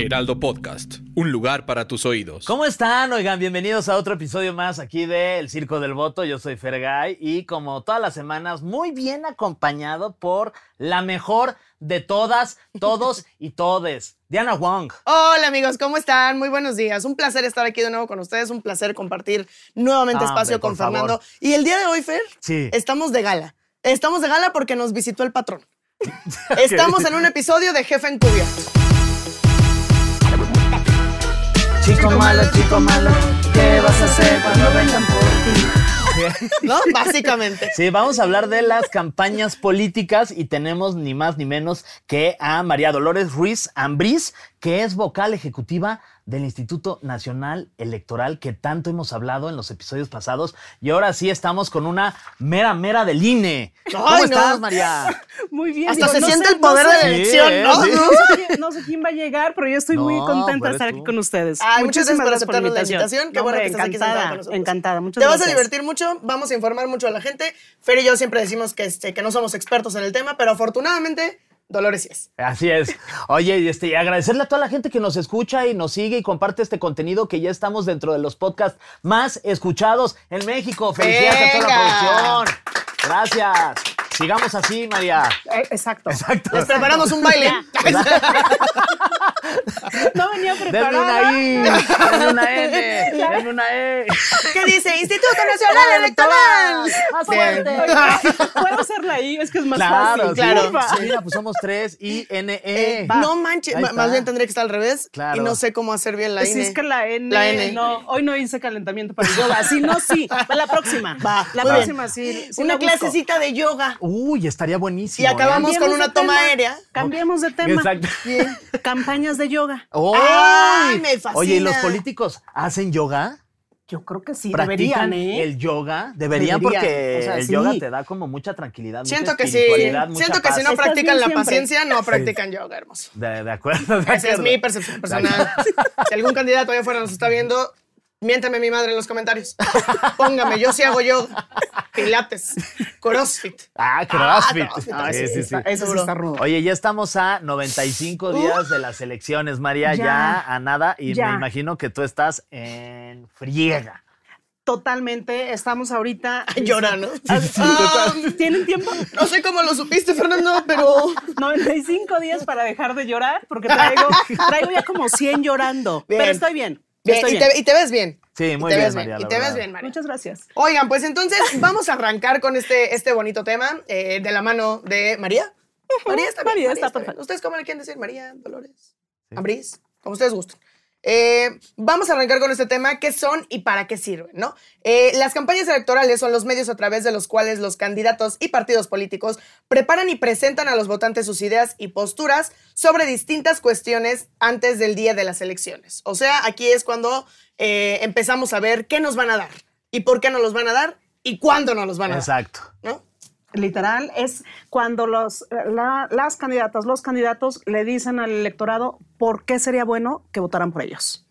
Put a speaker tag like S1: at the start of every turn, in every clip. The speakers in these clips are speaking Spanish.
S1: Heraldo Podcast, un lugar para tus oídos.
S2: ¿Cómo están? Oigan, bienvenidos a otro episodio más aquí de El Circo del Voto. Yo soy Fergay y como todas las semanas, muy bien acompañado por la mejor de todas, todos y todes, Diana Wong.
S3: Hola amigos, ¿cómo están? Muy buenos días. Un placer estar aquí de nuevo con ustedes, un placer compartir nuevamente
S2: Ah,
S3: espacio
S2: hombre, por
S3: con Fernando.
S2: favor.
S3: Y el día de hoy, Fer,
S2: Sí.
S3: estamos de gala. Estamos de gala porque nos visitó el patrón. Estamos en un episodio de Jefe en Cubia.
S2: Chico malo, chico malo, ¿qué vas a hacer cuando vengan por ti?
S3: ¿No? Básicamente.
S2: Sí, vamos a hablar de las campañas políticas y tenemos ni más ni menos que a María Dolores Ruiz Ambrís, que es vocal ejecutiva del Instituto Nacional Electoral, que tanto hemos hablado en los episodios pasados. Y ahora sí estamos con una mera, mera del INE. ¿Cómo
S3: Ay, no.
S2: estás, María?
S4: Muy bien.
S3: Hasta
S4: digo,
S3: se
S4: no
S3: siente
S4: sé-
S3: el poder
S4: no
S3: de
S4: sé-
S3: la
S2: Sí,
S3: elección,
S2: ¿eh?
S3: ¿no?
S2: Sí.
S4: No sé, quién, no sé quién va a llegar, pero yo estoy muy
S2: No,
S4: contenta
S2: pero
S4: de estar
S2: eres
S4: aquí
S2: tú.
S4: con ustedes.
S3: Ay, muchas gracias
S4: Muchísimas
S3: por
S4: gracias por la
S3: aceptarnos la
S4: invitación.
S3: invitación. Qué
S4: No,
S3: bueno que
S4: hombre,
S3: estás aquí sentada
S4: encantada,
S3: con nosotros.
S4: encantada. Muchas
S3: Te
S4: gracias.
S3: vas a divertir mucho, vamos a informar mucho a la gente. Fer y yo siempre decimos que, este, que no somos expertos en el tema, pero afortunadamente, Dolores sí es.
S2: Así es. Oye, y este, y agradecerle a toda la gente que nos escucha y nos sigue y comparte este contenido que ya estamos dentro de los podcasts más escuchados en México. Felicidades a toda la
S3: Venga.
S2: producción. Gracias. Sigamos así, María.
S4: Eh, Exacto.
S3: Les preparamos un baile.
S4: No venía
S2: Denme
S4: preparada.
S2: una I, denme una N, denme una E.
S3: ¿Qué dice? Instituto Nacional Electoral.
S2: Más
S3: Bien.
S2: fuerte.
S4: Oye, Puedo hacerla ahí, es que es más
S2: Claro,
S4: fácil.
S3: claro.
S2: sí. Sí, Mira, pues somos tres, I, N, E.
S3: Eh, no manches,
S2: Ahí
S3: ma- más
S2: está.
S3: bien tendría que estar al revés.
S2: Claro.
S3: Y no sé cómo hacer bien la E.
S4: Pues
S3: INE.
S4: si es que la N,
S3: La N.
S4: No, hoy no hice calentamiento para el yoga. Si no, sí. Va la próxima.
S3: Va,
S4: La
S3: muy
S4: próxima,
S3: bien.
S4: sí. sí
S3: una
S4: la busco.
S3: clasecita de yoga.
S2: Uy, estaría buenísimo.
S3: Y acabamos.
S4: Cambiemos
S3: con una
S4: de
S3: toma
S4: tema.
S3: aérea.
S4: Cambiemos de tema.
S2: Exacto.
S4: Campañas de yoga.
S2: ¡Ay!
S3: Ay, Ah, me fascina.
S2: ¿eh? Oye, ¿y los políticos hacen yoga?
S4: Yo creo que sí,
S2: practican
S4: deberían, ¿eh?
S2: el yoga. Deberían,
S4: Deberían,
S2: porque
S4: o sea,
S2: el
S4: sí.
S2: yoga te da como mucha tranquilidad.
S3: Siento
S2: mucha
S3: que sí.
S2: espiritualidad, mucha
S3: Siento que si
S2: paz.
S3: no
S4: Estás
S3: practican
S4: bien
S3: la
S4: siempre.
S3: paciencia, no practican yoga, hermoso.
S2: De, de acuerdo. de
S3: Esa es
S2: acuerdo.
S3: mi percepción personal. si algún candidato allá afuera nos está viendo, miéntame mi madre en los comentarios. Póngame, yo sí hago yoga. Pilates, crossfit.
S2: Ah, CrossFit.
S3: CrossFit.
S2: Ah, sí, sí, sí.
S4: está- Eso sí
S3: Duro.
S4: está rudo.
S2: Oye, ya estamos a 95 días de las elecciones, María, ya,
S4: Ya.
S2: a nada, y
S4: Ya.
S2: me imagino que tú estás en friega.
S4: Totalmente, estamos ahorita.
S3: Llora, ¿no?
S4: Ah, ¿Tienen tiempo?
S3: No sé cómo lo supiste, Fernando, pero.
S4: 95 días para dejar de llorar, porque traigo, traigo ya como 100 llorando.
S3: Bien.
S4: Pero estoy bien.
S3: Bien,
S4: estoy
S3: eh, y,
S4: bien.
S3: te, y te ves bien.
S2: Sí, muy
S3: y te
S2: bien,
S3: ves
S2: María,
S3: bien.
S2: la
S3: Y te ves
S2: verdad.
S3: bien, María.
S4: Muchas gracias.
S3: Oigan, pues entonces vamos a arrancar con este, este bonito tema eh, de la mano de María. María está bien.
S4: María está
S3: bien.
S4: perfecta.
S3: ¿Ustedes cómo le quieren decir? María, Dolores, Ambrís, como ustedes gusten. Eh, vamos a arrancar con este tema, qué son y para qué sirven, ¿no? Eh, las campañas electorales son los medios a través de los cuales los candidatos y partidos políticos preparan y presentan a los votantes sus ideas y posturas sobre distintas cuestiones antes del día de las elecciones. O sea, aquí es cuando eh, empezamos a ver qué nos van a dar y por qué no los van a dar y cuándo no los van a
S2: Exacto.
S3: dar. ¿no?
S4: Literal, es cuando los, la- las candidatas, los candidatos le dicen al electorado por qué sería bueno que votaran por ellos.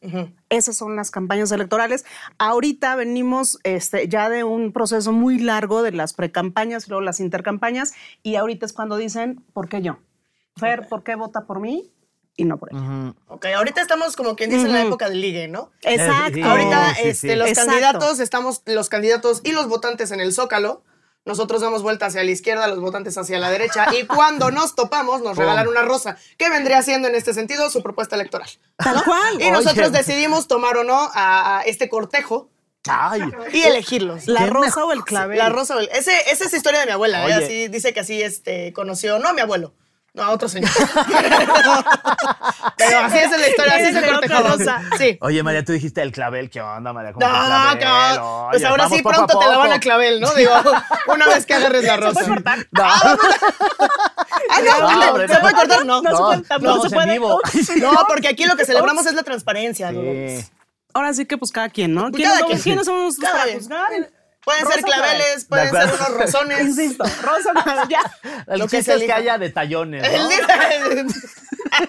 S4: Esas son las campañas electorales. Ahorita venimos este, ya de un proceso muy largo de las precampañas y luego las intercampañas y ahorita es cuando dicen, ¿por qué yo? Fer, ¿por qué vota por mí y no por él?
S3: Ok, ahorita estamos como quien dice en la época del ligue, ¿no?
S4: Oh,
S2: Sí,
S3: Ahorita
S4: eh,
S2: sí,
S3: este,
S2: sí.
S3: los
S4: Exacto.
S3: candidatos, estamos los candidatos y los votantes en el Zócalo. Nosotros damos vuelta hacia la izquierda, los votantes hacia la derecha. Y cuando nos topamos, nos regalan una rosa. ¿Qué vendría siendo en este sentido su propuesta electoral?
S4: Tal cual.
S3: Y nosotros decidimos tomar o no a, a este cortejo
S2: Ay,
S3: y elegirlos.
S4: La
S2: ¿Qué
S4: rosa
S2: mejor?
S4: o el clavel.
S3: La rosa. Ese, esa es historia de mi abuela. ¿eh?
S2: Oye.
S3: Así dice que así este, conoció, no a mi abuelo, no a otro señor. Pero así es la historia, así es el
S4: Otra
S3: cortejo.
S4: rosa.
S3: Sí.
S2: oye, María, tú dijiste el clavel. ¿Qué onda, María? ¿Cómo que
S3: No,
S2: clavel?
S3: no, pues
S2: Oye,
S3: ahora
S2: vamos
S3: sí
S2: poco a
S3: pronto te la van a
S2: poco.
S3: clavel, ¿no? Digo, una vez que agarres la rosa.
S2: No.
S3: Ah, no,
S2: No, hombre,
S3: ¿Se
S2: no.
S3: puede cortar? No.
S4: No, se puede, tampoco
S2: no,
S4: se
S2: en
S4: puede.
S2: vivo.
S4: Ups.
S3: No, porque aquí lo que celebramos es la transparencia, Dolores.
S2: Sí.
S4: Ahora sí que pues cada quien, ¿no? ¿Quiénes
S3: cada
S4: somos-
S3: quien.
S4: ¿Quiénes somos nosotros
S3: Cada
S4: para
S3: quien.
S4: juzgar?
S3: Pueden ser
S4: Rosa Clavel.
S3: claveles,
S2: De
S3: pueden ser
S2: acuerdo.
S3: unos rosones.
S4: Insisto, Rosa Clavel, ya.
S2: El
S3: Lo que
S2: chiste
S3: se
S2: es que
S3: elija.
S2: haya detallones. ¿no?
S3: El día-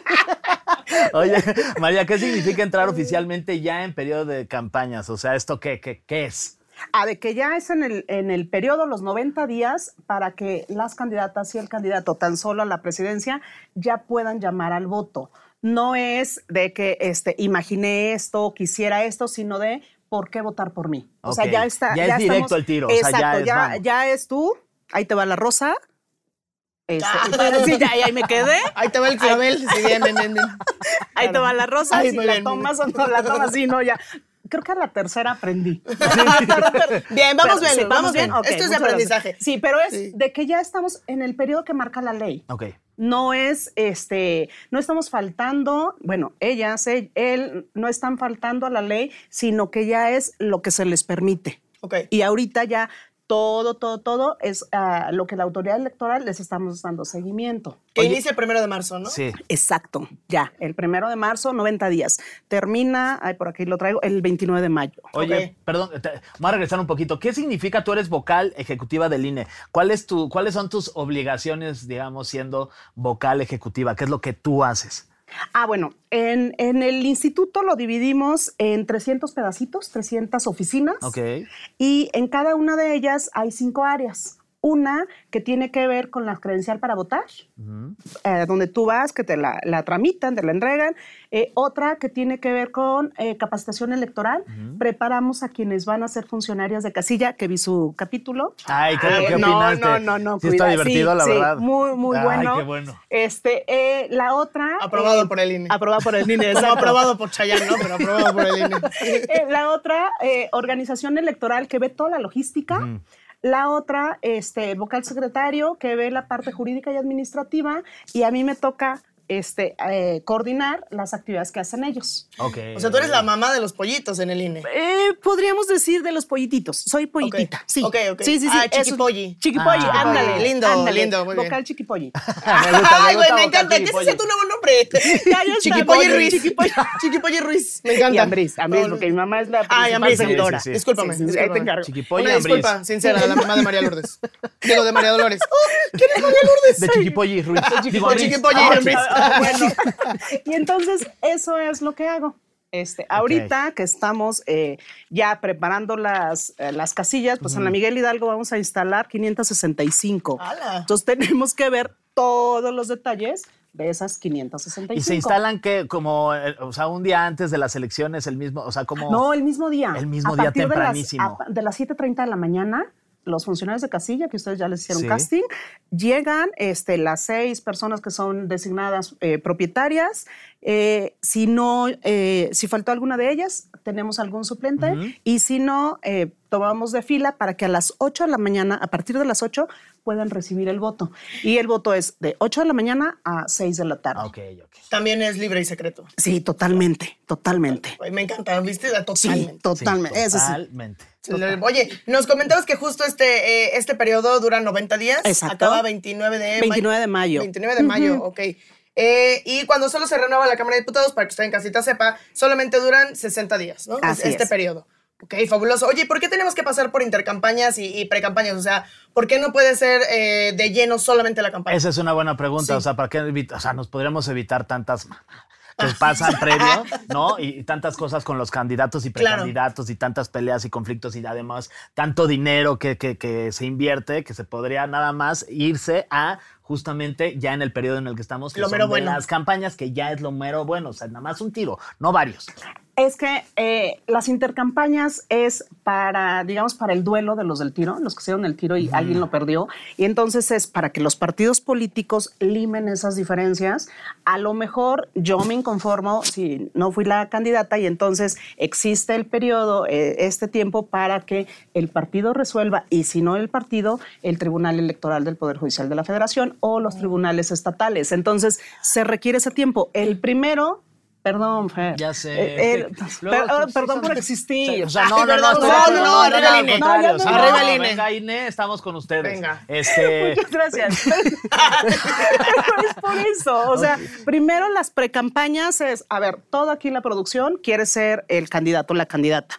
S2: Oye, María, ¿qué significa
S3: Mm.
S2: entrar oficialmente ya en periodo de campañas? O sea, ¿esto qué, qué, qué es?
S4: Ah, de que ya es en el, en el periodo, los 90 días, para que las candidatas y el candidato tan solo a la presidencia ya puedan llamar al voto. No es de que este, imaginé esto, quisiera esto, sino de por qué votar por mí. O sea,
S2: Ok,
S4: ya está.
S2: ya es directo el tiro, o sea, ya
S4: Exacto,
S2: es,
S4: ya,
S2: vamos.
S4: ya es tú, ahí te va la rosa. Este, y para- sí, ya, y ahí me quedé.
S3: Ahí te va el clavel. Sí, bien, bien, bien, bien.
S4: Ahí te va la rosa,
S3: Ay,
S4: si
S3: muy
S4: la
S3: bien, muy
S4: tomas o
S3: bien.
S4: no la tomas, sí, no, ya. Creo que a la tercera aprendí.
S3: Bien, vamos bien,
S4: Sí,
S3: vamos bien.
S4: Ok,
S3: Esto es de
S4: muchas gracias.
S3: aprendizaje.
S4: Sí, pero es
S3: Sí.
S4: de que ya estamos en el periodo que marca la ley.
S2: Ok.
S4: No es, este, no estamos faltando, bueno, ellas, él, él, no están faltando a la ley, sino que ya es lo que se les permite.
S3: Ok.
S4: Y ahorita ya todo, todo, todo es ah, lo que la autoridad electoral les estamos dando seguimiento.
S3: Que inicia el primero de marzo, ¿no?
S2: Sí.
S4: Exacto, ya, el primero de marzo, 90 días. Termina, ay, por aquí lo traigo, el 29 de mayo.
S2: Oye,
S3: Ok.
S2: perdón, te- vamos a regresar un poquito. ¿Qué significa tú eres vocal ejecutiva del INE? ¿Cuál es tu, ¿Cuáles son tus obligaciones, digamos, siendo vocal ejecutiva? ¿Qué es lo que tú haces?
S4: Ah, bueno, en, en el instituto lo dividimos en 300 pedacitos, 300 oficinas.
S2: Ok.
S4: Y en cada una de ellas hay cinco áreas. Una que tiene que ver con la credencial para votar, eh, donde tú vas, que te la, la tramitan, te la entregan. Eh, otra que tiene que ver con eh, capacitación electoral. Preparamos a quienes van a ser funcionarias de casilla, que vi su capítulo. Eh,
S2: Ay, ¿qué,
S3: Ay,
S2: ¿qué
S3: no,
S2: opinaste?
S3: no, no, no,
S2: Sí, está
S4: cuida-
S2: divertido,
S4: sí,
S2: la
S4: sí,
S2: verdad.
S4: Muy, muy
S2: Ay,
S4: bueno.
S2: qué bueno.
S4: Este, eh, la otra.
S3: Aprobado
S4: eh,
S3: por el INE.
S4: Aprobado por el INE.
S3: No,
S4: exacto.
S3: aprobado por Chayanne, ¿no? Pero aprobado por el E. INE.
S4: Eh, la otra, eh, organización electoral que ve toda la logística. La otra, este, vocal secretario que ve la parte jurídica y administrativa. Y a mí me toca este, eh, coordinar las actividades que hacen ellos.
S2: Ok.
S3: O sea, tú eres la mamá de los pollitos en el E. INE.
S4: Eh, podríamos decir de los pollititos. Soy pollitita.
S3: Ok,
S4: Sí.
S3: ok, ok.
S4: sí, sí, sí.
S3: Ah,
S4: eso-
S3: chiquipolli.
S4: Chiquipolli,
S2: Ah,
S4: ándale.
S3: chiquipolli. Lindo,
S4: ándale.
S3: lindo, muy bien.
S4: Vocal chiquipolli.
S2: Me gusta, me
S3: Ay, güey,
S2: gusta
S3: me
S2: vocal
S3: encanta. Ese
S2: chiquipolli.
S3: es tu nuevo nombre.
S4: ya está,
S3: Chiquipolli
S4: voy,
S3: Ruiz.
S4: Chiquipolli.
S3: Chiquipolli Ruiz. Me encanta.
S4: Y Ambris, Ambris,
S3: No,
S4: porque mi mamá es la
S3: Ay,
S4: principal
S3: Ambris, seguidora.
S4: seguidora.
S2: sí, sí.
S3: Discúlpame.
S4: Sí, sí, sí, ahí te
S3: discúlpame.
S4: encargo.
S2: Chiquipolli
S3: Una
S2: y Ambris.
S3: disculpa sincera a la mamá de María Lourdes. Digo, de María Dolores. Oh, ¿Quién es María Lourdes?
S2: De Chiquipolli Ruiz. Digo,
S3: Por
S2: Ruiz.
S3: Chiquipolli y Ambris.
S4: Ah, y entonces eso es lo que hago. Este, ahorita que estamos eh, ya preparando las, eh, las casillas, pues en la Miguel Hidalgo vamos a instalar 565.
S3: ¡Hala!
S4: Entonces tenemos que ver todos los detalles de esas 565.
S2: Y se instalan que como, eh, o sea, un día antes de las elecciones, el mismo, o sea, como...
S4: No, el mismo día.
S2: El mismo
S4: A
S2: día,
S4: partir de las-
S2: tempranísimo.
S4: a- De las, 7.30 de la mañana, los funcionarios de casilla, que ustedes ya les hicieron
S2: Sí.
S4: casting, llegan este, las seis personas que son designadas eh, propietarias. Eh, si no, eh, si faltó alguna de ellas, tenemos algún suplente. Y si no, eh, tomamos de fila para que a las 8 de la mañana, a partir de las 8, puedan recibir el voto. Y el voto es de 8 de la mañana a 6 de la tarde.
S2: Ah, ok, ok.
S3: También es libre y secreto.
S4: Sí, totalmente, totalmente.
S3: Ay, Me encanta, ¿viste?
S4: Sí,
S3: Totalmente.
S4: totalmente. Eso sí.
S2: Totalmente.
S3: Oye, nos comentabas que justo este, eh, este periodo dura 90 días.
S4: Exacto.
S3: Acaba 29 de mayo.
S4: 29 de mayo.
S3: 29 de mayo, ok. Eh, y cuando solo se renueva la Cámara de Diputados, para que usted en casita sepa, solamente duran 60 días, ¿no?
S4: Así
S3: este
S4: es.
S3: periodo. Ok, fabuloso. Oye, ¿y ¿por qué tenemos que pasar por intercampañas y, y precampañas? O sea, ¿por qué no puede ser eh, de lleno solamente la campaña?
S2: Esa es una buena pregunta. O sea, ¿para qué evit- O sea, nos podríamos evitar tantas mamadas que pasan previo, ¿no? Y, y tantas cosas con los candidatos y
S3: Claro.
S2: precandidatos y tantas peleas y conflictos y además tanto dinero que, que- que se invierte que se podría nada más irse a justamente ya en el periodo en el que estamos, que
S3: Lo
S2: son
S3: mero
S2: de
S3: bueno.
S2: las campañas que ya es lo mero bueno, o sea, nada más un tiro, no varios.
S4: Es que eh, las intercampañas es para, digamos, para el duelo de los del tiro, los que hicieron el tiro y alguien lo perdió. Y entonces es para que los partidos políticos limen esas diferencias. A lo mejor yo me inconformo si no fui la candidata y entonces existe el periodo, eh, este tiempo para que el partido resuelva y si no el partido, el Tribunal Electoral del Poder Judicial de la Federación o los tribunales estatales. Entonces se requiere ese tiempo. El primero Perdón, Fer.
S2: Ya sé.
S4: Eh, eh,
S2: Sí.
S4: per-
S2: Luego,
S4: ah,
S2: sí,
S4: perdón
S2: son-
S4: por
S2: Sí,
S4: existir.
S2: O sea, no,
S3: Ay,
S2: no, no,
S3: perdón,
S2: estoy
S3: no,
S2: de acuerdo,
S3: no,
S2: no, no, no,
S3: arriba el
S2: al
S3: INE.
S2: contrario,
S4: No,
S2: sí,
S4: ya no,
S2: no,
S3: arriba el INE.
S2: Venga, INE, estamos con ustedes.
S3: Venga.
S2: Este,
S4: Muchas gracias. Pero es por eso. O sea, primero las precampañas es, a ver, todo aquí en la producción quiere ser el candidato o la candidata.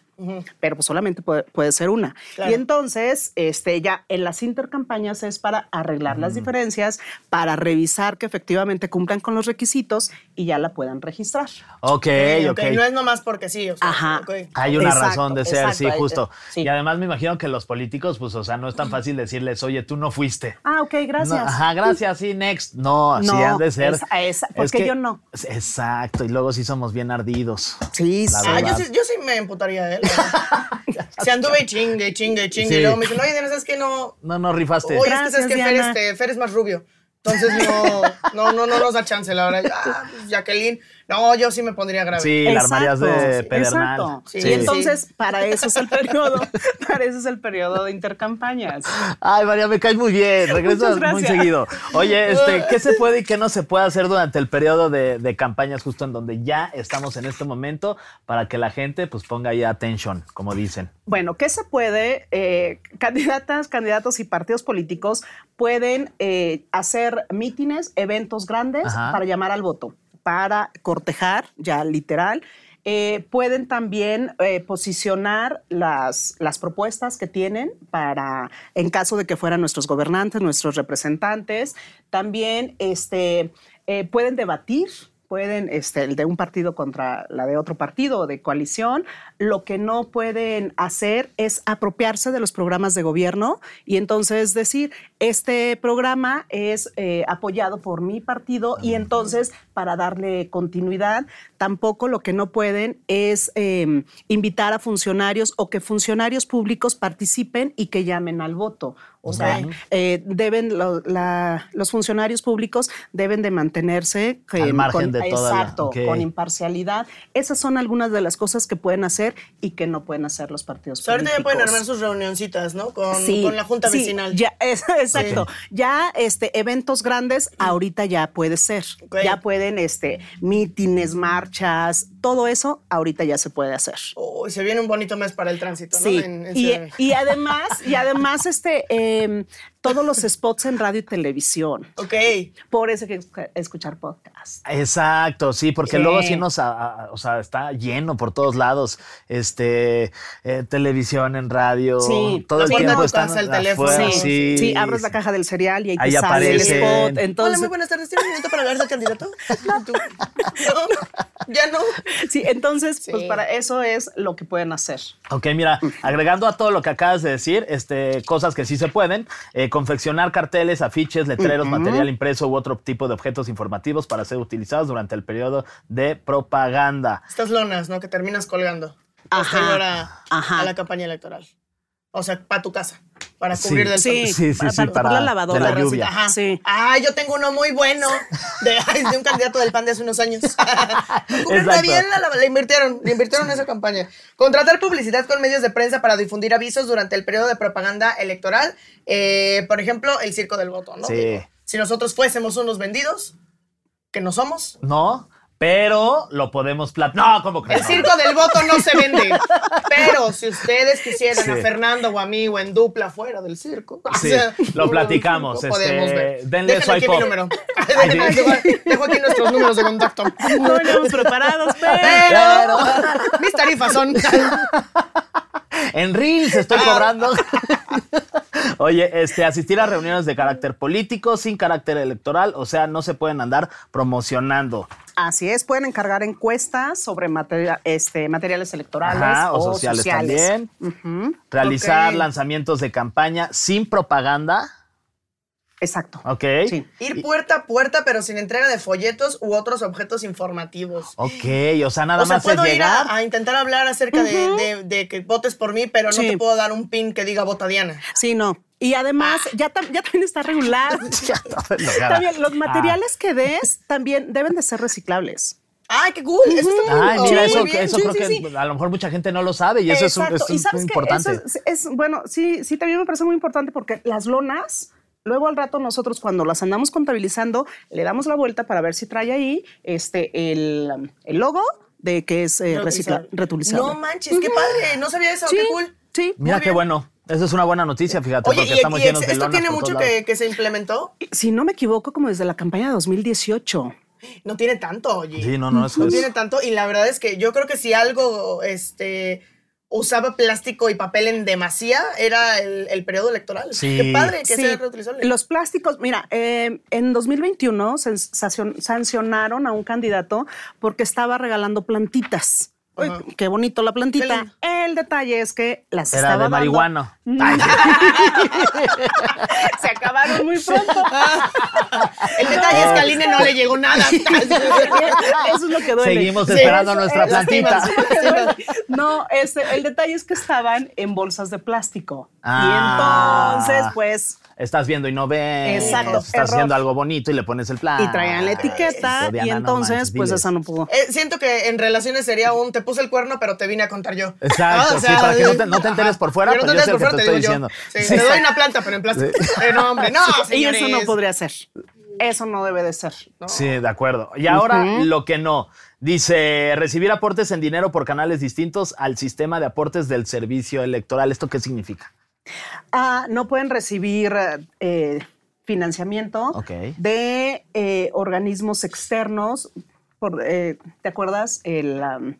S4: Pero pues solamente puede, puede ser una.
S3: Claro.
S4: Y entonces, este, ya en las intercampañas es para arreglar
S2: Mm.
S4: las diferencias, para revisar que efectivamente cumplan con los requisitos y ya la puedan registrar.
S2: ok, ok.
S3: No es nomás porque sí. O sea,
S4: Ajá.
S3: ok.
S2: Hay una
S4: Exacto,
S2: razón de ser,
S4: exacto,
S2: sí,
S4: hay-
S2: justo.
S4: sí.
S2: Y además me imagino que los políticos, pues, o sea, no es tan fácil decirles, oye, tú no fuiste.
S4: Ah, ok,
S2: No,
S4: gracias.
S2: ajá, gracias, sí, next. No, así
S4: No,
S2: han de ser.
S4: es- es- porque yo no.
S2: es- Exacto, y luego sí somos bien ardidos.
S4: Sí,
S2: La
S4: sí.
S3: Ah, yo
S2: verdad.
S3: sí, yo sí me emputaría de él. Se anduve chingue, chingue, chingue.
S2: Sí.
S3: Y luego me dicen, oye, Diana, ¿sabes qué? No.
S2: No, no rifaste.
S3: Oye, es que
S4: Gracias,
S3: sabes que Fer,
S4: Diana.
S3: este, Fer es más rubio. Entonces no, no, no, no nos da chance, la verdad. Ah, pues, Jacqueline. No, yo sí me pondría grave.
S2: sí, la armarías de
S4: Exacto,
S2: pedernal.
S4: exacto.
S3: Sí.
S4: Y entonces, para eso es el periodo, para eso es el periodo de intercampañas.
S2: Ay, María, me caes muy bien. Regresas
S4: Muchas
S2: muy
S4: gracias.
S2: seguido. Oye, este, ¿qué se puede y qué no se puede hacer durante el periodo de, de campañas justo en donde ya estamos en este momento para que la gente pues ponga ahí atención, como dicen?
S4: Bueno, ¿qué se puede? Eh, candidatas, candidatos y partidos políticos pueden eh, hacer mítines, eventos grandes
S2: Ajá.
S4: para llamar al voto, para cortejar, ya literal. Eh, pueden también eh, posicionar las, las propuestas que tienen para, en caso de que fueran nuestros gobernantes, nuestros representantes. También este, eh, pueden debatir pueden, este, el de un partido contra la de otro partido o de coalición, lo que no pueden hacer es apropiarse de los programas de gobierno y entonces decir, este programa es eh, apoyado por mi partido y entonces para darle continuidad, tampoco lo que no pueden es eh, invitar a funcionarios o que funcionarios públicos participen y que llamen al voto. O sea, eh, deben lo- la- los funcionarios públicos deben de mantenerse
S2: Al
S4: eh,
S2: margen
S4: con-
S2: de toda la-
S4: Exacto,
S2: ok.
S4: con imparcialidad. Esas son algunas de las cosas que pueden hacer y que no pueden hacer los partidos
S3: O sea, ahorita ya
S4: políticos.
S3: pueden armar sus reunioncitas, ¿no? Con,
S4: Sí,
S3: con la junta
S4: sí,
S3: vecinal.
S4: Ya, es- exacto. Ya este eventos grandes ahorita ya puede ser.
S3: Ok.
S4: Ya pueden este mítines, marchas, todo eso ahorita ya se puede hacer.
S3: Uy, se viene un bonito mes para el tránsito,
S4: Sí,
S3: ¿no? En- en
S4: y,
S3: Ciudad de México.
S4: y además, y además este, em, todos los spots en radio y televisión.
S3: Ok.
S4: Por eso hay que escu- escuchar podcast.
S2: Exacto, sí, porque
S4: Sí.
S2: luego sí nos, a- a- o sea, está lleno por todos lados, este, eh, televisión, en radio,
S4: Sí.
S2: todo el
S3: La puerta de
S2: tiempo
S3: tu
S2: están
S3: casa, el
S2: afuera,
S3: teléfono.
S4: sí,
S2: sí,
S4: sí, abres la caja del cereal y ahí, te
S2: Ahí
S4: sale
S2: aparecen.
S4: el spot.
S3: Hola,
S4: Entonces,
S3: muy buenas tardes. ¿Tiene un minuto para hablar del candidato? ¿Y tú? No, ya no.
S4: sí, entonces pues
S3: Sí.
S4: para eso es lo que pueden hacer.
S2: Ok, mira, agregando a todo lo que acabas de decir, este, cosas que sí se pueden, eh, confeccionar carteles, afiches, letreros, material impreso u otro tipo de objetos informativos para ser utilizados durante el periodo de propaganda.
S3: Estas lonas, ¿no? Que terminas colgando.
S4: Ajá,
S3: Posterior a,
S4: ajá.
S3: a la campaña electoral. O sea, para tu casa. Para cubrir del
S4: sí,
S3: sol.
S2: sí, sí,
S4: para-
S2: sí,
S4: para
S2: para-
S4: la
S2: de
S4: lavadora.
S2: la
S3: Para
S2: lluvia.
S3: Rosita, Ajá.
S4: Sí.
S3: Ah, yo tengo uno muy bueno de, ay, de un candidato del PAN de hace unos años. Cubrirla
S2: Exacto.
S3: bien, la, la- la invirtieron, le invirtieron en esa campaña. Contratar publicidad con medios de prensa para difundir avisos durante el periodo de propaganda electoral. Eh, por ejemplo, el circo del voto, ¿no?
S2: Sí.
S3: Digo, si nosotros fuésemos unos vendidos, que no somos,
S2: ¿No? Pero lo podemos plat... No, ¿cómo crees?
S3: El circo del voto no se vende. Pero si ustedes quisieran
S2: Sí.
S3: a Fernando o a mí o en dupla fuera del circo, o
S2: Sí,
S3: sea, fuera
S2: lo
S3: del
S2: platicamos.
S3: circo,
S2: este,
S3: podemos ver.
S2: denle
S3: Dejen aquí
S2: swipe
S3: mi
S2: up.
S3: número.
S2: Ahí sí.
S3: Dejo- Dejo aquí nuestros números de contacto.
S4: No veníamos preparados, pero
S3: Pero mis tarifas son.
S2: En Reels estoy cobrando. Oye, este, asistir a reuniones de carácter político sin carácter electoral, o sea, no se pueden andar promocionando.
S4: así es, pueden encargar encuestas sobre materia- este, materiales electorales
S2: Ajá,
S4: o,
S2: o sociales, también. Realizar
S3: Ok.
S2: lanzamientos de campaña sin propaganda.
S4: Exacto.
S2: Ok.
S4: Sí.
S3: Ir puerta a puerta, pero sin entrega de folletos u otros objetos informativos.
S2: Ok, o sea, nada
S3: o sea,
S2: más es
S3: puedo ir
S2: llegar.
S3: a, a intentar hablar acerca de, de- de que votes por mí, pero no
S4: Sí.
S3: te puedo dar un pin que diga vota Diana.
S4: Sí, no. Y además, ya, tam- ya también está regular. También
S2: Ah.
S4: los materiales que des también deben de ser reciclables.
S3: ¡Ay, qué cool! Eso está muy
S2: Ay, mira,
S3: muy
S2: eso,
S3: bien.
S2: eso
S3: Sí,
S2: creo
S3: sí, sí.
S2: que a lo mejor mucha gente no lo sabe y eso es, un-
S4: Exacto.
S2: es un-
S4: y sabes que
S2: importante.
S4: eso es, es- bueno, sí, sí, también me parece muy importante porque las lonas Luego al rato nosotros cuando las andamos contabilizando, le damos la vuelta para ver si trae ahí este, el, el logo de que es eh, recicla- reutilizable.
S3: No manches, qué padre. No sabía eso,
S4: Sí,
S3: qué cool.
S4: sí.
S2: Mira
S3: Muy
S2: qué
S3: bien.
S2: bueno. Eso es una buena noticia, fíjate,
S3: Oye,
S2: porque
S3: y,
S2: estamos
S3: y
S2: llenos de
S3: esto
S2: lonas
S3: tiene
S2: por
S3: mucho
S2: todos lados.
S3: que, que se implementó.
S4: Si no me equivoco, como desde la campaña de 2018.
S3: No tiene tanto, oye.
S2: Sí, no, pues no, eso
S3: No
S2: es-
S3: tiene tanto. Y la verdad es que yo creo que si algo este, usaba plástico y papel en demasía, era el, el periodo electoral.
S2: Sí.
S3: Qué padre que
S4: Sí,
S3: sea reutilizable.
S4: Los plásticos, mira, eh, en 2021 sen- sacion- sancionaron a un candidato porque estaba regalando plantitas. Uy,
S3: Ajá.
S4: qué bonito la
S3: Qué
S4: plantita.
S3: lindo.
S4: El detalle es que las
S2: Era
S4: estaba
S2: de
S4: dando-
S2: marihuano.
S4: Se acabaron muy pronto.
S3: Ah. el detalle es que a Aline no le llegó nada.
S4: Eso es lo que duele.
S2: Seguimos esperando nuestra
S4: eso es lo que
S2: plantita.
S4: duele. No, este, el detalle es que estaban en bolsas de plástico.
S2: Ah.
S4: Y entonces, pues,
S2: Estás viendo y no ves.
S4: Exacto,
S2: Estás
S4: error.
S2: haciendo algo bonito y le pones el plan.
S4: y traían la etiqueta.
S2: Eso, Diana,
S4: y
S2: Ah, no
S4: entonces,
S2: manches,
S4: pues,
S2: diles.
S4: esa no pudo.
S3: Eh, siento que en relaciones sería un te puse el cuerno, pero te vine a contar yo.
S2: Exacto,
S3: Ah,
S2: sí, para que no te- no te enteres por fuera,
S3: Pero no
S2: pero
S3: te
S2: yo sé
S3: enteres por
S2: lo que te
S3: fuera, digo
S2: estoy diciendo.
S3: yo. Sí,
S2: Sí.
S3: Te doy una planta, pero en plástico. Eh, no, hombre, no,
S4: Y eso no
S3: señores.
S4: podría ser. Eso no debe de ser. ¿no?
S2: Sí, de acuerdo. Y ahora lo que no. Dice, recibir aportes en dinero por canales distintos al sistema de aportes del servicio electoral. ¿Esto qué significa?
S4: Ah, no pueden recibir eh, financiamiento
S2: Ok.
S4: de eh, organismos externos. Por, eh, ¿Te acuerdas? El, am,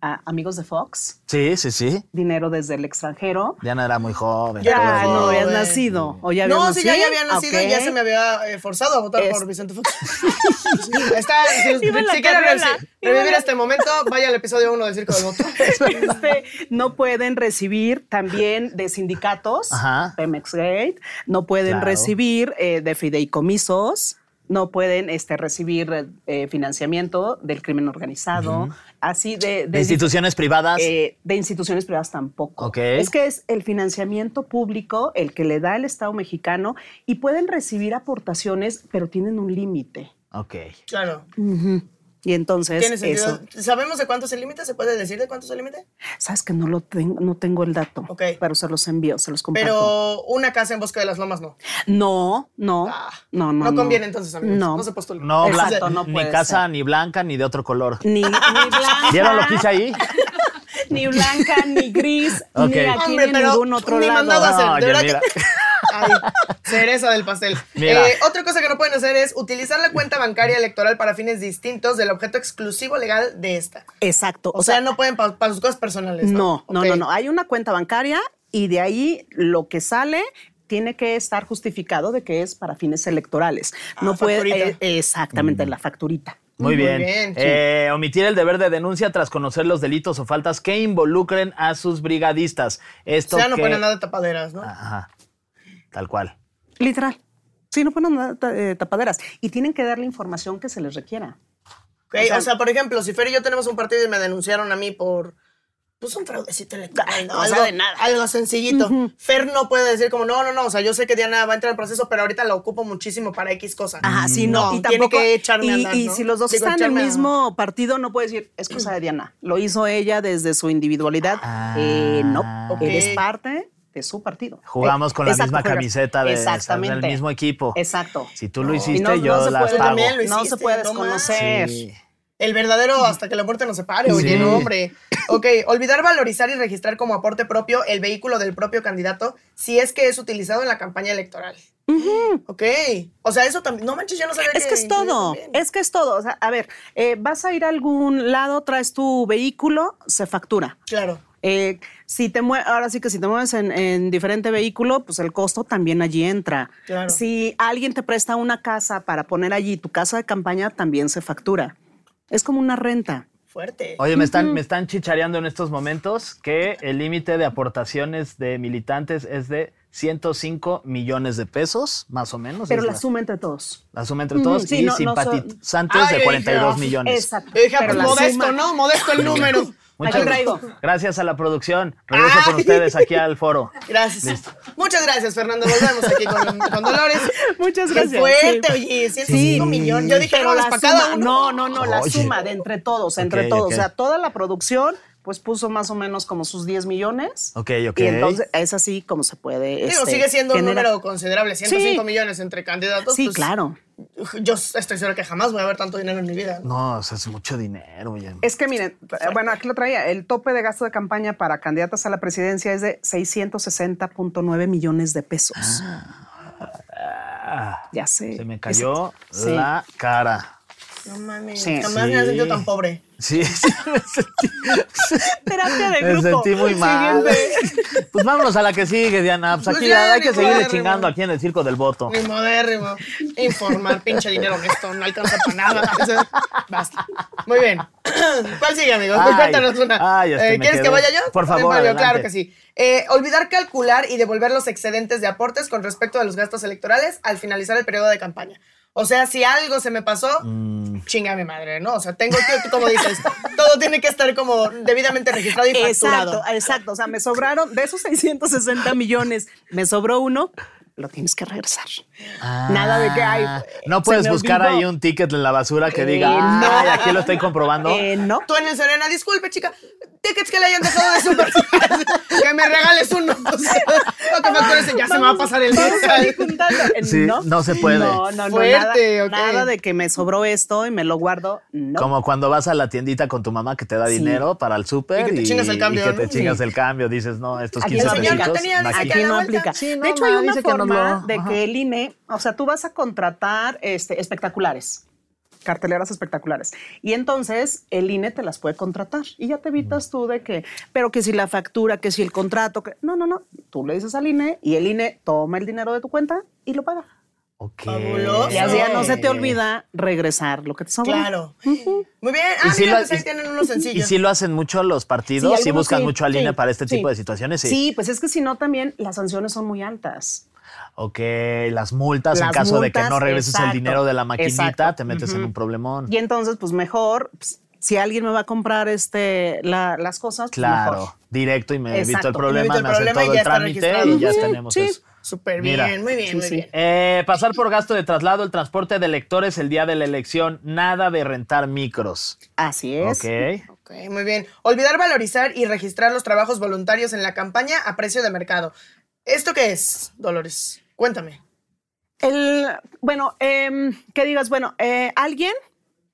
S4: a- amigos de Fox,
S2: Sí, sí, sí.
S4: dinero desde el extranero.
S2: Diana era muy joven.
S4: Ya
S2: todavía.
S4: no habías
S3: joven.
S4: nacido. O ya
S3: No,
S4: habías
S3: sí, ya, ya había
S4: nacido.
S3: nacido y
S4: Ok.
S3: ya se me había eh, forzado a votar
S4: Es-
S3: por Vicente Fox. Está, si,
S4: Iba en la
S3: si quieren
S4: carrera,
S3: revi-
S4: iba en
S3: revivir
S4: la-
S3: este momento, vaya al episodio 1 del Circo del Voto.
S4: Este, no pueden recibir también de sindicatos,
S2: Ajá.
S4: Pemex Gate, no pueden
S2: Claro.
S4: recibir eh, de fideicomisos, no pueden este, recibir eh, financiamiento del crimen organizado, así de, de-
S2: De instituciones privadas.
S4: eh, de instituciones privadas tampoco.
S2: Ok.
S4: Es que es el financiamiento público el que le da el Estado mexicano y pueden recibir aportaciones, pero tienen un límite.
S2: ok.
S3: Claro,
S4: Y entonces
S3: tiene sentido.
S4: eso.
S3: ¿Sabemos de cuánto es el límite? ¿Se puede decir de cuánto es el límite?
S4: Sabes que no lo tengo, no tengo el dato,
S3: Ok.
S4: pero se los envío, se los comparto.
S3: Pero una casa en Bosque de las Lomas no.
S4: No, no,
S3: Ah,
S4: no, no.
S3: No conviene entonces, amigos. No,
S4: No.
S3: se postulen.
S2: No,
S4: Exacto,
S2: blan-
S4: no
S2: ni
S4: puede
S2: casa,
S4: ser.
S2: ni blanca, ni de otro color.
S4: Ni, ni blanca.
S2: ¿Vieron lo que hice ahí?
S4: Ni blanca, ni gris,
S2: Ok.
S4: ni aquí,
S3: Ah, Hombre,
S4: ni en
S3: pero
S4: ningún otro
S3: ni
S4: lado.
S3: mandado a hacer,
S2: No,
S3: de
S2: oye,
S3: verdad
S2: mira.
S3: que- Ay, cereza del pastel.
S2: Mira.
S3: Eh, otra cosa que no pueden hacer es utilizar la cuenta bancaria electoral para fines distintos del objeto exclusivo legal de esta.
S4: Ah. Exacto.
S3: O, sea, no pueden pa- para sus cosas personales.
S4: No,
S3: No,
S4: no,
S3: Ok.
S4: no, no. Hay una cuenta bancaria y de ahí lo que sale tiene que estar justificado de que es para fines electorales. no puede
S3: Ah, facturita.
S4: eh, exactamente
S2: Mm.
S4: la facturita.
S2: Muy bien.
S3: bien, sí.
S2: Eh, omitir el deber de denuncia tras conocer los delitos o faltas que involucren a sus brigadistas. Esto
S3: O sea, no
S2: que-
S3: ponen nada de tapaderas, ¿no?
S2: Ajá. Tal cual.
S4: Literal. Sí, no ponen nada, ta- eh, tapaderas y tienen que dar la información que se les requiera.
S3: Ok, O, sea, por ejemplo, si Fer y yo tenemos un partido y me denunciaron a mí por. Pues un fraudecito electoral, ¿no?
S4: Ah, o sea,
S3: algo,
S4: de nada.
S3: algo sencillito. Fer no puede decir como, no, no, no, o sea, yo sé que Diana va a entrar al proceso, pero ahorita la ocupo muchísimo para X cosa.
S4: Ajá, sí, no. y
S3: Mm, tiene
S4: tampoco.
S3: que echarme
S4: y,
S3: a andar,
S4: y
S3: ¿no?
S4: si los dos
S3: Digo,
S4: están en
S3: echarme
S4: el
S3: a-
S4: mismo partido, no puedes decir, es cosa de Diana. Lo hizo ella desde su individualidad. Eh, no,
S3: ok.
S4: eres parte de su partido.
S2: Jugamos
S4: Eh,
S2: con la
S4: exacto,
S2: misma
S4: juegas.
S2: camiseta de-
S4: Exactamente.
S2: del mismo equipo.
S4: Exacto.
S2: Si tú lo
S4: Y
S2: hiciste,
S4: no, no
S2: yo
S4: se
S2: las
S4: puede,
S3: Tú
S2: pago.
S3: también lo
S4: no se
S3: hiciste,
S4: puede
S3: no manches.
S4: desconocer.
S2: Sí.
S3: El verdadero hasta que la muerte nos separe, oye,
S2: Sí.
S3: no, hombre. Ok, olvidar valorizar y registrar como aporte propio el vehículo del propio candidato si es que es utilizado en la campaña electoral. Ok, o sea, eso también, no manches, yo no sabía
S4: Es que es
S3: incluía
S4: todo,
S3: también.
S4: es que es todo. O sea, a ver, eh, vas a ir a algún lado, traes tu vehículo, se factura.
S3: Claro.
S4: Eh, si te mue- ahora sí que si te mueves en, en diferente vehículo, pues el costo también allí entra.
S3: Claro.
S4: Si alguien te presta una casa para poner allí tu casa de campaña, también se factura. Es como una renta.
S3: Fuerte.
S2: Oye, me están, me están chichareando en estos momentos que el límite de aportaciones de militantes es de 105 millones de pesos, más o menos.
S4: Pero
S2: es
S4: la suma entre todos.
S2: la suma entre todos
S4: Ujú, sí,
S2: y
S4: no, no son-
S2: simpatizantes
S3: Ay,
S2: de 42
S3: ya.
S2: millones.
S4: Exacto.
S3: Yo dije, ah,
S4: pero
S3: pues
S4: la
S3: modesto,
S4: suma-
S3: ¿no? Modesto el número.
S2: Muchas
S4: Aquí traigo.
S2: gracias a la producción. Regreso con ustedes aquí al foro.
S3: Gracias. Muchas gracias, Fernando. Volvemos aquí con, con Dolores.
S4: Muchas
S3: Qué
S4: gracias,
S3: fuerte,
S4: sí.
S3: oye, 105 millones. Yo dije,
S4: Pero
S3: no,
S4: la
S3: para cada
S4: suma-
S3: uno.
S4: No, no, no, la
S2: Oye.
S4: suma de entre todos, entre
S2: Ok,
S4: todos.
S2: ok.
S4: O sea, toda la producción, pues puso más o menos como sus 10 millones.
S2: Ok, ok.
S4: Y entonces es así como se puede.
S3: Digo,
S4: este,
S3: sigue siendo un
S4: generar-
S3: número considerable, 105
S4: Sí.
S3: millones entre candidatos.
S4: Sí,
S3: pues,
S4: claro.
S3: Yo estoy segura que jamás voy a ver tanto dinero en mi vida. ¿no?
S2: No, o sea, es mucho dinero, oye.
S4: Es que miren, bueno, aquí lo traía, el tope de gasto de campaña para candidatas a la presidencia es de 660.9 millones de pesos.
S2: Ah,
S4: ya sé.
S2: se me cayó
S4: Sí.
S2: la cara.
S3: No mames,
S4: Sí.
S3: jamás me he sentido
S2: Sí.
S3: tan pobre.
S2: Sí, sí, me sentí,
S4: Terapia de
S2: me
S4: grupo.
S2: sentí muy mal. Pues vámonos a la que sigue, Diana. Pues
S3: Pues
S2: aquí
S3: ya,
S2: hay que
S3: ni Eh,
S2: seguirle
S3: modo,
S2: chingando
S3: Ramón.
S2: aquí en el circo del voto.
S3: Ni modérrimo. Informar, pinche dinero honesto, no alcanza para nada. O sea, Basta. Muy bien. ¿Cuál sigue, amigos? Pues
S2: Ay,
S3: cuéntanos una. Eh,
S2: ay, hasta me
S3: ¿Quieres que
S2: quedé.
S3: vaya yo?
S2: Por favor,
S3: Voy yo,
S2: adelante.
S3: claro que sí. Eh, olvidar calcular y devolver los excedentes de aportes con respecto a los gastos electorales al finalizar el periodo de campaña. O sea, si algo se me pasó,
S2: Mm.
S3: chinga mi madre, ¿no? O sea, tengo que, como dices, todo tiene que estar como debidamente registrado y facturado.
S4: Exacto, exacto. O sea, me sobraron de esos 660 millones, me sobró uno, lo tienes que regresar. Nada de que hay.
S2: Ah, No puedes buscar ahí un ticket en la basura que diga,
S4: no. Eh,
S2: ay, aquí lo estoy comprobando.
S4: no.
S3: Tú en el Serena, disculpe, chica, tickets que le hayan dejado de super que me regales uno. O sea, o que factures en- ya se me va a pasar el
S4: Vamos a ir
S3: mes.
S4: juntando. Eh,
S2: Sí, no se puede.
S4: No, no, no.
S3: Fuerte,
S4: nada,
S3: ok.
S4: nada de que me sobró esto y me lo guardo. No.
S2: Como cuando vas a la tiendita con tu mamá que te da dinero para el súper
S3: Y que te chingas el cambio,
S2: y que te
S3: ¿no?
S2: chingas
S3: Sí.
S2: el cambio. Dices, no, estos
S4: Aquí
S2: 15
S4: el señor no
S2: Pues, pesitos,
S3: tenía, dice
S2: aquí
S3: que
S4: Aquí
S3: la
S4: no
S3: vuelta.
S4: aplica.
S2: Sí, no,
S4: de hecho, hay
S2: ma,
S4: una
S2: dice que nos
S4: forma
S2: lo-
S4: de
S2: ajá.
S4: que el INE, o sea, tú vas a contratar este, espectaculares, carteleras espectaculares, y entonces el INE te las puede contratar y ya te evitas tú de que, pero que si la factura, que si el contrato, que no, no, no, tú le dices al INE y el INE toma el dinero de tu cuenta y lo paga.
S2: Ok. Ah,
S3: Fabuloso.
S4: Y así ya no se te olvida regresar lo que te sobró.
S3: Claro. Muy bien. Ah,
S2: si
S3: mira,
S2: lo-
S3: pues ahí tienen uno
S2: Y
S3: sencillo.
S2: si lo hacen mucho los partidos, si
S4: algunos
S2: buscan
S4: sí,
S2: mucho al INE
S4: sí,
S2: para este
S4: sí.
S2: tipo de situaciones, sí.
S4: Sí, pues es que si no también las sanciones son muy altas.
S2: Ok, las multas en
S4: Las
S2: caso de que no
S4: multas,
S2: regreses el
S4: exacto,
S2: dinero de la maquinita,
S4: exacto.
S2: te metes en un problemón.
S4: Y entonces, pues mejor, pues, si alguien me va a comprar este, la- las cosas, pues,
S2: Claro,
S4: mejor.
S2: directo y me evito
S4: Exacto,
S2: el
S4: me
S2: problema, me,
S3: evito
S2: hacen
S3: el problema y
S2: todo
S3: ya
S2: el
S3: está
S2: trámite
S3: registrado.
S2: y ya
S3: Ujú,
S2: tenemos
S4: sí.
S2: eso.
S3: Súper
S2: Mira.
S3: bien, muy bien, muy bien.
S2: Eh, pasar por gasto de traslado el transporte de electores el día de la elección, nada de rentar micros.
S4: Así es.
S2: Ok.
S3: Ok, muy bien. Olvidar valorizar y registrar los trabajos voluntarios en la campaña a precio de mercado. ¿Esto qué es, Dolores? Cuéntame.
S4: El, bueno, em, que digas, bueno, eh, alguien,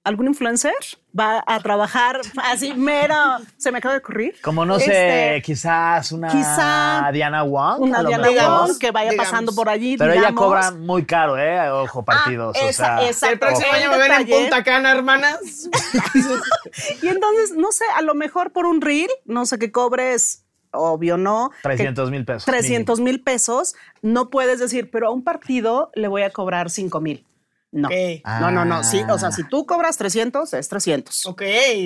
S4: algún influencer va a trabajar así, mero, se me acaba de ocurrir.
S2: Como no sé,
S4: Este,
S2: quizás una
S4: quizá
S2: Diana Wong. a
S4: Una
S2: lo
S4: Diana
S2: mejor.
S3: Digamos,
S4: Wong que vaya
S3: digamos.
S4: pasando por allí.
S2: Pero ella
S4: digamos. Ah,
S2: cobra muy caro, ¿eh? Ojo, partidos. o
S4: esa-
S2: sea,
S4: esa-
S3: El próximo
S4: Ok.
S3: año me ven en
S4: Detalle.
S3: Punta Cana, hermanas.
S4: Y entonces, no sé, a lo mejor por un reel, no sé qué cobres, obvio no. que
S2: 300 mil pesos.
S4: 300 mil pesos, no puedes decir, pero a un partido le voy a cobrar 5 mil. No.
S3: Ok.
S4: No, no, no. Sí, o sea, si tú cobras 300, es 300.
S3: Ok.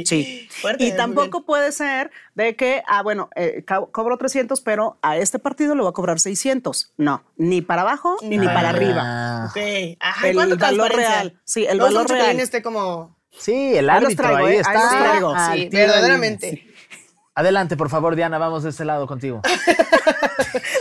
S4: Sí.
S3: Fuerte,
S4: y
S3: muy
S4: tampoco
S3: bien.
S4: puede ser de que, ah, bueno, eh, co- cobro 300, pero a este partido le voy a cobrar 600. No, ni para abajo ni, ni
S3: Ah.
S4: para arriba.
S3: Ok. Ajá,
S4: El
S3: ¿cuánto
S4: valor
S3: transparencia?
S4: real. Sí, el
S3: No usa
S4: valor
S3: mucho que
S4: real.
S3: viene este como...
S2: Sí, el
S4: Ahí los
S2: árbitro
S4: traigo,
S2: ahí
S4: ¿eh? Ahí los
S2: está.
S4: traigo.
S2: al
S3: Sí,
S2: tiro del-
S3: verdaderamente.
S2: Adelante, por favor, Diana, vamos de este lado contigo.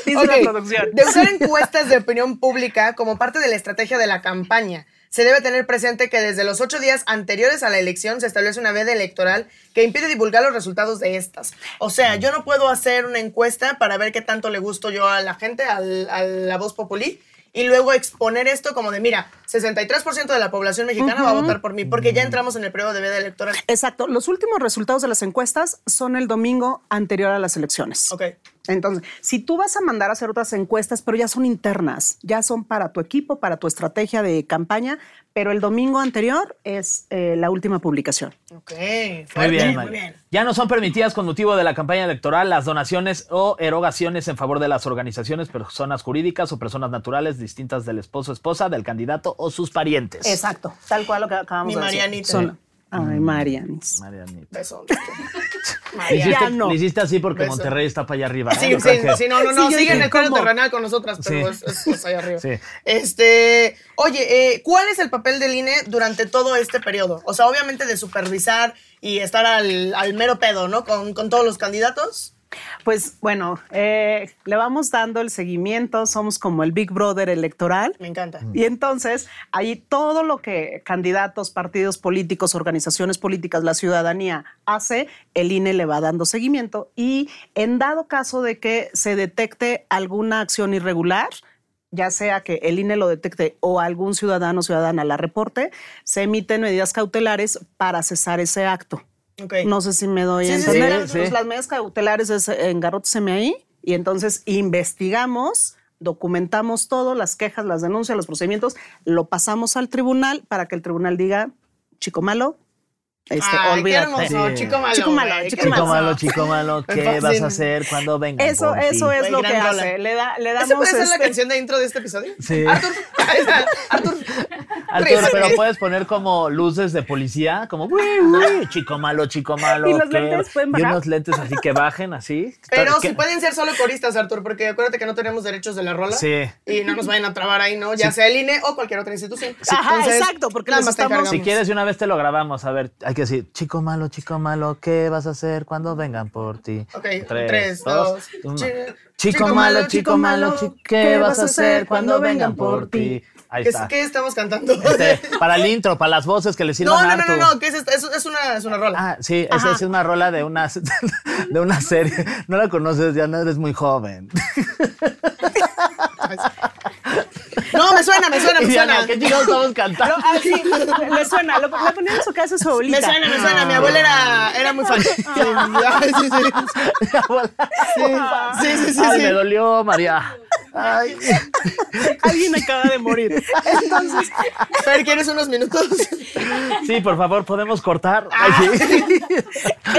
S4: Dice
S3: Ok,
S4: la producción.
S3: De usar encuestas de opinión pública como parte de la estrategia de la campaña. Se debe tener presente que desde los ocho días anteriores a la elección se establece una veda electoral que impide divulgar los resultados de estas. O sea, yo no puedo hacer una encuesta para ver qué tanto le gusto yo a la gente, al- a la voz populí, y luego exponer esto como de, mira, 63% de la población mexicana va a votar por mí, porque ya entramos en el periodo de veda electoral.
S4: Exacto. Los últimos resultados de las encuestas son el domingo anterior a las elecciones.
S3: Ok.
S4: Entonces, si tú vas a mandar a hacer otras encuestas, pero ya son internas, ya son para tu equipo, para tu estrategia de campaña, pero el domingo anterior es eh, la última publicación.
S3: Ok.
S2: Muy
S3: fuerte,
S2: bien,
S3: muy
S2: Mari.
S3: bien.
S2: Ya no son permitidas con motivo de la campaña electoral las donaciones o erogaciones en favor de las organizaciones, personas jurídicas o personas naturales distintas del esposo, esposa, del candidato o sus parientes.
S4: Exacto, tal cual lo que acabamos
S3: Mi
S4: de decir.
S3: Marianita.
S4: Son- ay, Marianis.
S2: Marianita.
S3: Beso.
S2: Le
S3: María.
S2: hiciste,
S4: Ya no.
S2: le hiciste así porque
S3: Beso.
S2: Monterrey está para allá arriba. ¿eh?
S3: Sí,
S2: Yo
S3: sí,
S2: creo que-
S3: sí, no, no, no,
S4: Sí, yo
S3: sigue en
S4: dije,
S3: el cuero
S4: ¿cómo?
S3: terrenal con nosotras, pero
S2: Sí.
S3: es, es- es ahí arriba.
S2: Sí.
S3: Este, oye, eh, ¿cuál es el papel del INE durante todo este periodo? O sea, obviamente de supervisar y estar al, al mero pedo, ¿no? Con, con todos los candidatos.
S4: Pues bueno, eh, le vamos dando el seguimiento, somos como el Big Brother electoral.
S3: Me encanta.
S2: Mm.
S4: Y entonces, ahí todo lo que candidatos, partidos políticos, organizaciones políticas, la ciudadanía hace, el INE le va dando seguimiento y en dado caso de que se detecte alguna acción irregular, ya sea que el INE lo detecte o algún ciudadano o ciudadana la reporte, se emiten medidas cautelares para cesar ese acto.
S3: Ok.
S4: No sé si me doy
S3: Sí,
S4: a
S3: sí, sí,
S4: entender.
S3: claro,
S2: sí.
S4: Entonces, Las medidas cautelares es eh, engarróteseme ahí y entonces investigamos, documentamos todo, las quejas, las denuncias, los procedimientos, lo pasamos al tribunal para que el tribunal diga, chico malo, este,
S3: Ay, qué
S4: olvídate.
S3: hermoso,
S2: Sí.
S3: chico malo.
S4: Chico malo,
S3: güey,
S4: chico
S3: qué
S2: Chico
S3: hermoso.
S2: malo, chico malo, ¿qué
S3: Entonces,
S2: vas a hacer cuando venga?
S4: Eso, eso es
S3: Güey,
S4: lo que
S3: gran rola.
S4: hace. Le, da, le damos
S3: ¿Esa puede ser la
S4: este-
S3: canción de intro de este episodio?
S2: Sí.
S3: Arthur, ahí está, Arthur.
S2: Arturo,
S3: Ríe.
S2: pero puedes poner como luces de policía, como "Uy, uy, chico malo, chico malo.
S4: Y los
S2: ¿qué?".
S4: lentes pueden
S2: Y
S4: bajar.
S2: unos lentes así que bajen, así.
S3: Pero
S2: Que-
S3: si pueden ser solo coristas, Arthur, porque acuérdate que no tenemos derechos de la rola.
S2: Sí.
S3: Y no nos vayan a trabar ahí, ¿no? Ya sea el INE o cualquier otra institución.
S4: Ajá, exacto, porque
S3: nada
S4: les
S3: más te
S4: estamos-
S3: encargamos.
S2: Si quieres, de una vez te lo grabamos. A ver, hay que decir, chico malo, chico malo, ¿qué vas a hacer cuando vengan por ti?
S3: Ok, tres, dos,
S2: uno.
S3: chi-
S2: Chico malo, chico malo, chi- ¿qué vas a hacer cuando vengan por ti? Ahí
S3: ¿Qué,
S2: está.
S3: qué estamos cantando?
S2: Este, para el intro, para las voces que le sirvan
S3: no,
S2: a
S3: no, no, no,
S2: Artu.
S3: no, ¿qué es esta? Es, es una, es una rola.
S2: Ah, sí, esa es una rola de una, de una serie. No la conoces, ya no eres muy joven.
S3: No, me suena, me suena, me
S2: Y Diana,
S3: suena.
S2: ¿qué chicos estamos cantando?
S4: Ah, sí, le suena, lo, le ponía en su casa su abuelita.
S3: Me suena,
S2: Ah.
S3: me suena. Mi abuela era, era muy fan. Sí, sí, sí.
S2: Mi abuela.
S3: Sí, sí, sí,
S2: Ay,
S3: sí.
S2: me dolió, María. Ay.
S4: Alguien acaba de morir. Entonces,
S3: Fer, ¿quieres unos minutos?
S2: Sí, por favor, podemos cortar. Ay,
S3: Ah.
S2: sí.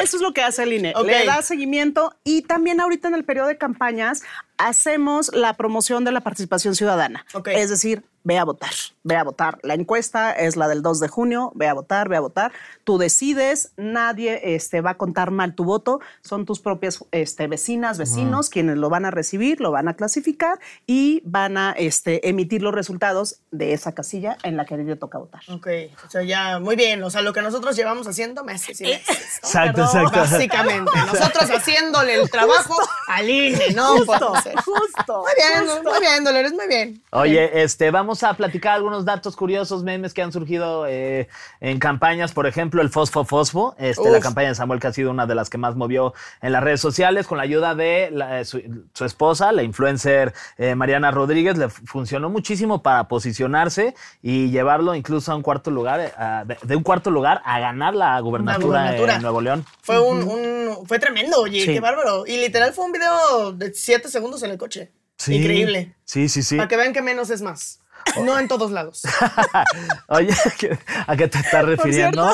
S4: Eso es lo que hace el INE.
S3: Ok.
S4: Le da seguimiento y también ahorita en el periodo de campañas hacemos la promoción de la participación ciudadana.
S3: Ok.
S4: Es decir, ve a votar, ve a votar. La encuesta es la del 2 de junio, ve a votar, ve a votar. Tú decides, nadie este, va a contar mal tu voto, son tus propias este, vecinas, vecinos quienes lo van a recibir, lo van a clasificar y van a este, emitir los resultados de esa casilla en la que a ti te toca votar.
S3: Ok, o sea, ya, muy bien. O sea, lo que nosotros llevamos haciendo meses y
S4: Eh,
S3: meses. ¿no?
S2: Exacto, exacto.
S3: Básicamente, nosotros haciéndole el trabajo al INE, ¿no?
S4: Justo,
S3: Puede ser.
S4: justo.
S3: pues. Muy bien, muy bien, Dolores, muy bien. Em,
S2: Oye, este, vamos a platicar algunos datos curiosos, memes que han surgido eh, en campañas, por ejemplo, el Fosfo Fosfo, este, la
S3: Uf.
S2: campaña de Samuel que ha sido una de las que más movió en las redes sociales, con la ayuda de la- eh, su, su esposa, la influencer eh, Mariana Rodríguez, le fu- funcionó muchísimo para posicionarse y llevarlo incluso a un cuarto lugar, eh, a- de, de un cuarto lugar a ganar la gubernatura,
S3: gubernatura.
S2: en Nuevo León.
S3: Fue un, un- fue tremendo, oye,
S2: Sí.
S3: qué bárbaro. Y literal fue un video de 7 segundos en el coche. Increíble.
S2: Sí, sí, Oh. sí.
S3: Para que vean que menos es más. No en todos lados.
S2: Oye, ¿a qué- ¿a qué te estás refiriendo?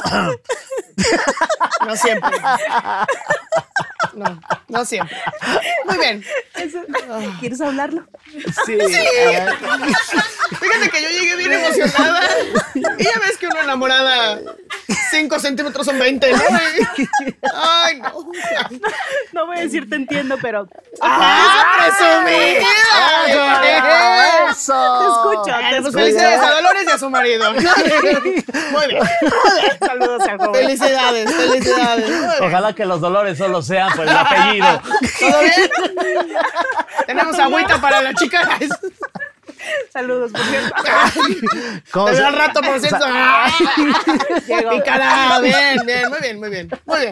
S3: No siempre. No, no siempre. Muy bien.
S4: ¿Quieres hablarlo?
S2: sí. a ver.
S3: Fíjate que yo llegué bien emocionada. Y ya ves que una enamorada, 5 centímetros son 20, ¿no? Ay, no.
S4: No voy a decir te entiendo, pero
S3: ¡Ah, presumida!
S2: ¡Eso!
S4: te escucho. te
S3: Bueno, pues
S4: escucho.
S3: felicidades a Dolores y a su marido. Muy bien. Muy bien.
S4: Saludos al joven.
S3: Felicidades, felicidades. Muy bien.
S2: Ojalá que los dolores solo sean por el apellido.
S3: ¿Todo bien? Tenemos agüita para la chica.
S4: Saludos, por cierto.
S2: ¿Cómo
S3: Te
S2: se-
S3: veo al rato, por cierto.
S4: Llegó.
S3: Pícara, bien, bien, muy bien, muy bien, muy bien.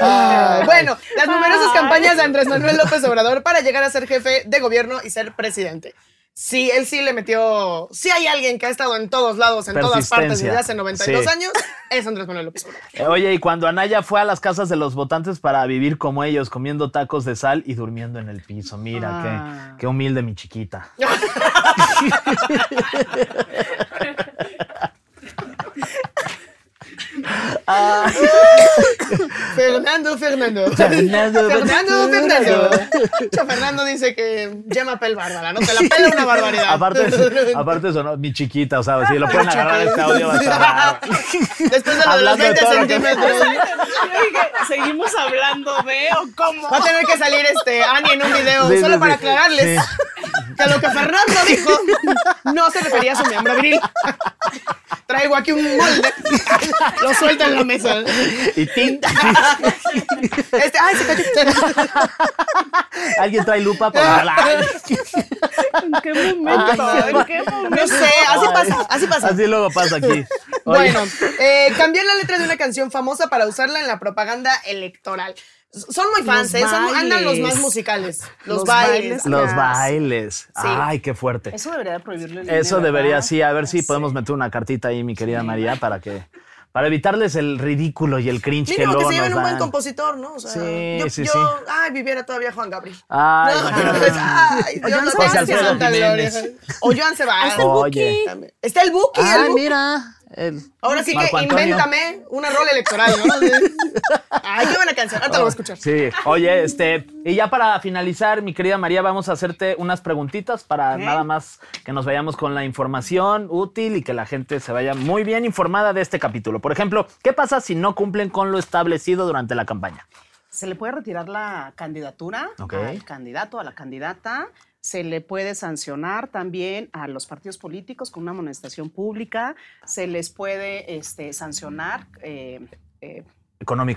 S3: Ah, bueno, las numerosas campañas de Andrés Manuel López Obrador para llegar a ser jefe de gobierno y ser presidente. Sí, él sí le metió. Sí hay alguien que ha estado en todos lados, en todas partes desde
S2: Persistencia.
S3: hace 92
S2: Sí.
S3: años, es Andrés Manuel López Obrador.
S2: Eh, Oye, y cuando Anaya fue a las casas de los votantes para vivir como ellos, comiendo tacos de sal y durmiendo en el piso. Mira,
S3: Ah.
S2: qué, qué humilde mi chiquita.
S3: Fernando, Fernando.
S2: Ah. Fernando,
S3: Fernando, Fernando.
S2: Fernando.
S3: Mucho Fernando dice que llama pel bárbara, no te la pela una barbaridad.
S2: Aparte, aparte sonó mi chiquita, o sea, si lo pueden agarrar este audio va a estar bárbaro.
S3: Después de lo de los
S2: Hablando de
S3: 20
S2: todo lo que-
S3: centímetros.
S4: Yo dije, seguimos hablando de o cómo.
S3: Va a tener que salir este Ani en un video
S2: Sí,
S3: solo
S2: sí,
S3: para
S2: sí.
S3: aclararles.
S2: Sí.
S3: Que lo que Fernando dijo no se refería a su miembro viril. Traigo aquí un molde. Lo suelta en la mesa.
S2: Y tin.
S3: Este, ay, se cayó.
S2: Alguien trae lupa para
S4: ¿En qué momento? ¿En qué momento?
S3: No sé, así pasa, así pasa.
S2: Así luego pasa aquí. Oye,
S3: Bueno, eh, cambié la letra de una canción famosa para usarla en la propaganda electoral. S- Son muy fans,
S4: Los
S3: ¿eh? Son- andan los más
S4: bailes.
S3: musicales. Los,
S4: Los
S3: bailes.
S4: bailes.
S2: Los
S4: Las-
S2: bailes. Ay, qué fuerte.
S4: Eso debería de prohibirle. el
S2: Eso
S4: dinero,
S2: debería,
S4: ¿verdad?
S2: sí. A ver si podemos meter una cartita ahí, mi querida María, para que. Para evitarles el ridículo y el cringe que
S3: Mínimo que
S2: luego
S3: se
S2: nos
S3: lleven un buen
S2: dan.
S3: compositor, ¿no? O sea,
S2: Sí,
S3: yo,
S2: sí,
S3: yo-
S2: sí.
S3: ay, viviera todavía Juan Gabriel.
S2: Ay,
S3: No,
S2: no.
S3: pues, ay, Dios lo
S2: José
S3: tenga en
S2: Alfredo
S3: santa gloria.
S2: Jiménez.
S3: O Joan Sebastián.
S2: Oye.
S3: También. Está el Buki. el
S2: Ah,
S3: Buki.
S2: mira. el
S3: Ahora sí
S2: Marco
S3: que
S2: Antonio.
S3: invéntame una rola electoral, ¿no? Ay, qué buena canción. Ahorita lo voy a escuchar.
S2: Sí. Oye, este, y ya para finalizar, mi querida María, vamos a hacerte unas preguntitas para nada más que nos vayamos con la información útil y que la gente se vaya muy bien informada de este capítulo. Por ejemplo, ¿qué pasa si no cumplen con lo establecido durante la campaña?
S4: Se le puede retirar la candidatura
S2: Ok.
S4: al candidato, a la candidata. Se le puede sancionar también a los partidos políticos con una amonestación pública. Se les puede este, sancionar. eh, eh,
S2: Económico.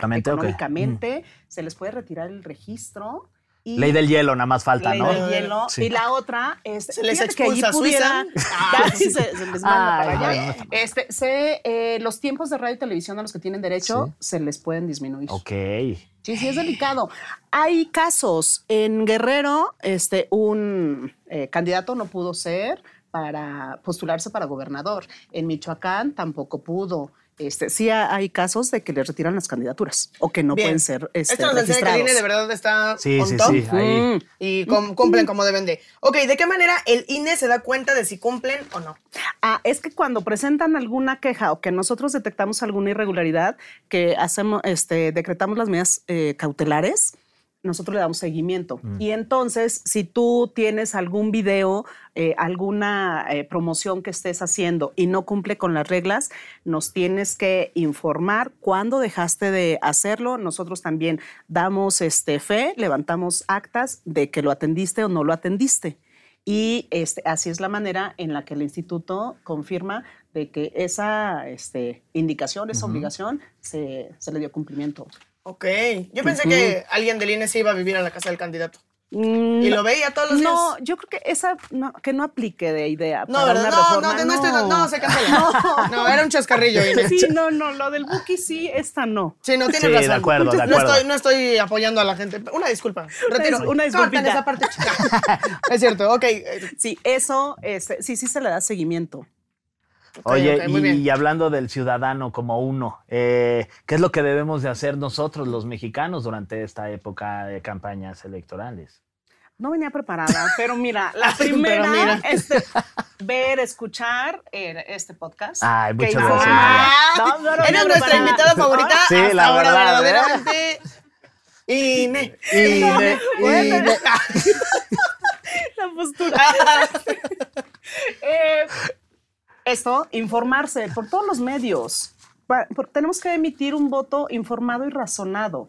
S2: Económicamente, ok.
S4: económicamente. Se les puede retirar el registro. Y
S2: Mm. Ley del hielo, nada más falta,
S4: Ley
S2: ¿no?
S4: del hielo.
S2: Sí.
S4: Y la otra es.
S3: Se les
S4: fíjate que allí
S3: expulsa a Suiza. Ah,
S4: pudiera- Ya, sí, se, se les manda
S2: Ay, bueno,
S4: para
S2: no
S4: allá.
S2: está mal.
S4: Este, se, eh, los tiempos de radio y televisión a los que tienen derecho se les pueden disminuir.
S2: Ok.
S4: Sí, sí, es delicado. Hay casos. En Guerrero, este, un eh, candidato no pudo ser para postularse para gobernador. En Michoacán tampoco pudo. Este, sí ha- hay casos de que le retiran las candidaturas o que no
S3: Bien.
S4: pueden ser este,
S3: Esto nos enseña que el INE
S4: registrados.
S3: de verdad está
S2: Sí,
S3: on
S2: sí,
S3: top.
S2: sí. Ahí.
S4: Mm.
S3: Y cum- cumplen como deben de. Ok, ¿de qué manera el INE se da cuenta de si cumplen o no?
S4: Ah, es que cuando presentan alguna queja o que nosotros detectamos alguna irregularidad, que hacemos, este, decretamos las medidas eh, cautelares, nosotros le damos seguimiento. Y entonces, si tú tienes algún video, eh, alguna eh, promoción que estés haciendo y no cumple con las reglas, nos tienes que informar cuándo dejaste de hacerlo. Nosotros también damos este, fe, levantamos actas de que lo atendiste o no lo atendiste. Y este, así es la manera en la que el instituto confirma de que esa este, indicación, esa obligación, se, se le dio cumplimiento.
S3: Ok. Yo pensé que alguien del INE se iba a vivir a la casa del candidato.
S4: ¿Y
S3: lo veía todos los
S4: Mm, No,
S3: días?
S4: yo creo que esa no, que no aplique de idea.
S3: No,
S4: para
S3: ¿verdad?
S4: una
S3: No,
S4: reforma,
S3: no, no, estoy- no, no, se cancela. No, era un chascarrillo, Inés.
S4: Sí, no, no, lo del Buki sí, esta no.
S3: Sí, no, tienes
S2: Sí, de
S3: razón.
S2: acuerdo, de
S3: No
S2: acuerdo.
S3: estoy, no estoy apoyando a la gente. Una disculpa. Retiro.
S4: dis- una
S3: Corten
S4: disculpita.
S3: esa parte, chica. es cierto, ok. eh,
S4: Sí, eso, este, sí, sí se le da seguimiento.
S2: Oye,
S3: ok, muy
S2: y,
S3: bien.
S2: y hablando del ciudadano como uno, eh, ¿qué es lo que debemos de hacer nosotros los mexicanos durante esta época de campañas electorales?
S4: No venía preparada, pero mira, la primera,
S3: Pero mira.
S4: este, ver, escuchar eh, este podcast.
S2: Ay,
S4: Que
S2: muchas
S4: hizo-
S2: gracias, María.
S3: Ah,
S4: No, no, no,
S3: Eres
S4: no,
S3: nuestra
S4: para-
S3: invitada favorita.
S2: Sí,
S3: hasta
S2: la
S3: ahora,
S2: verdad, ¿eh?
S3: verdaderamente. Ine.
S2: Ine, Ine.
S4: la postura. Eh, esto, informarse por todos los medios. Pa- por- tenemos que emitir un voto informado y razonado.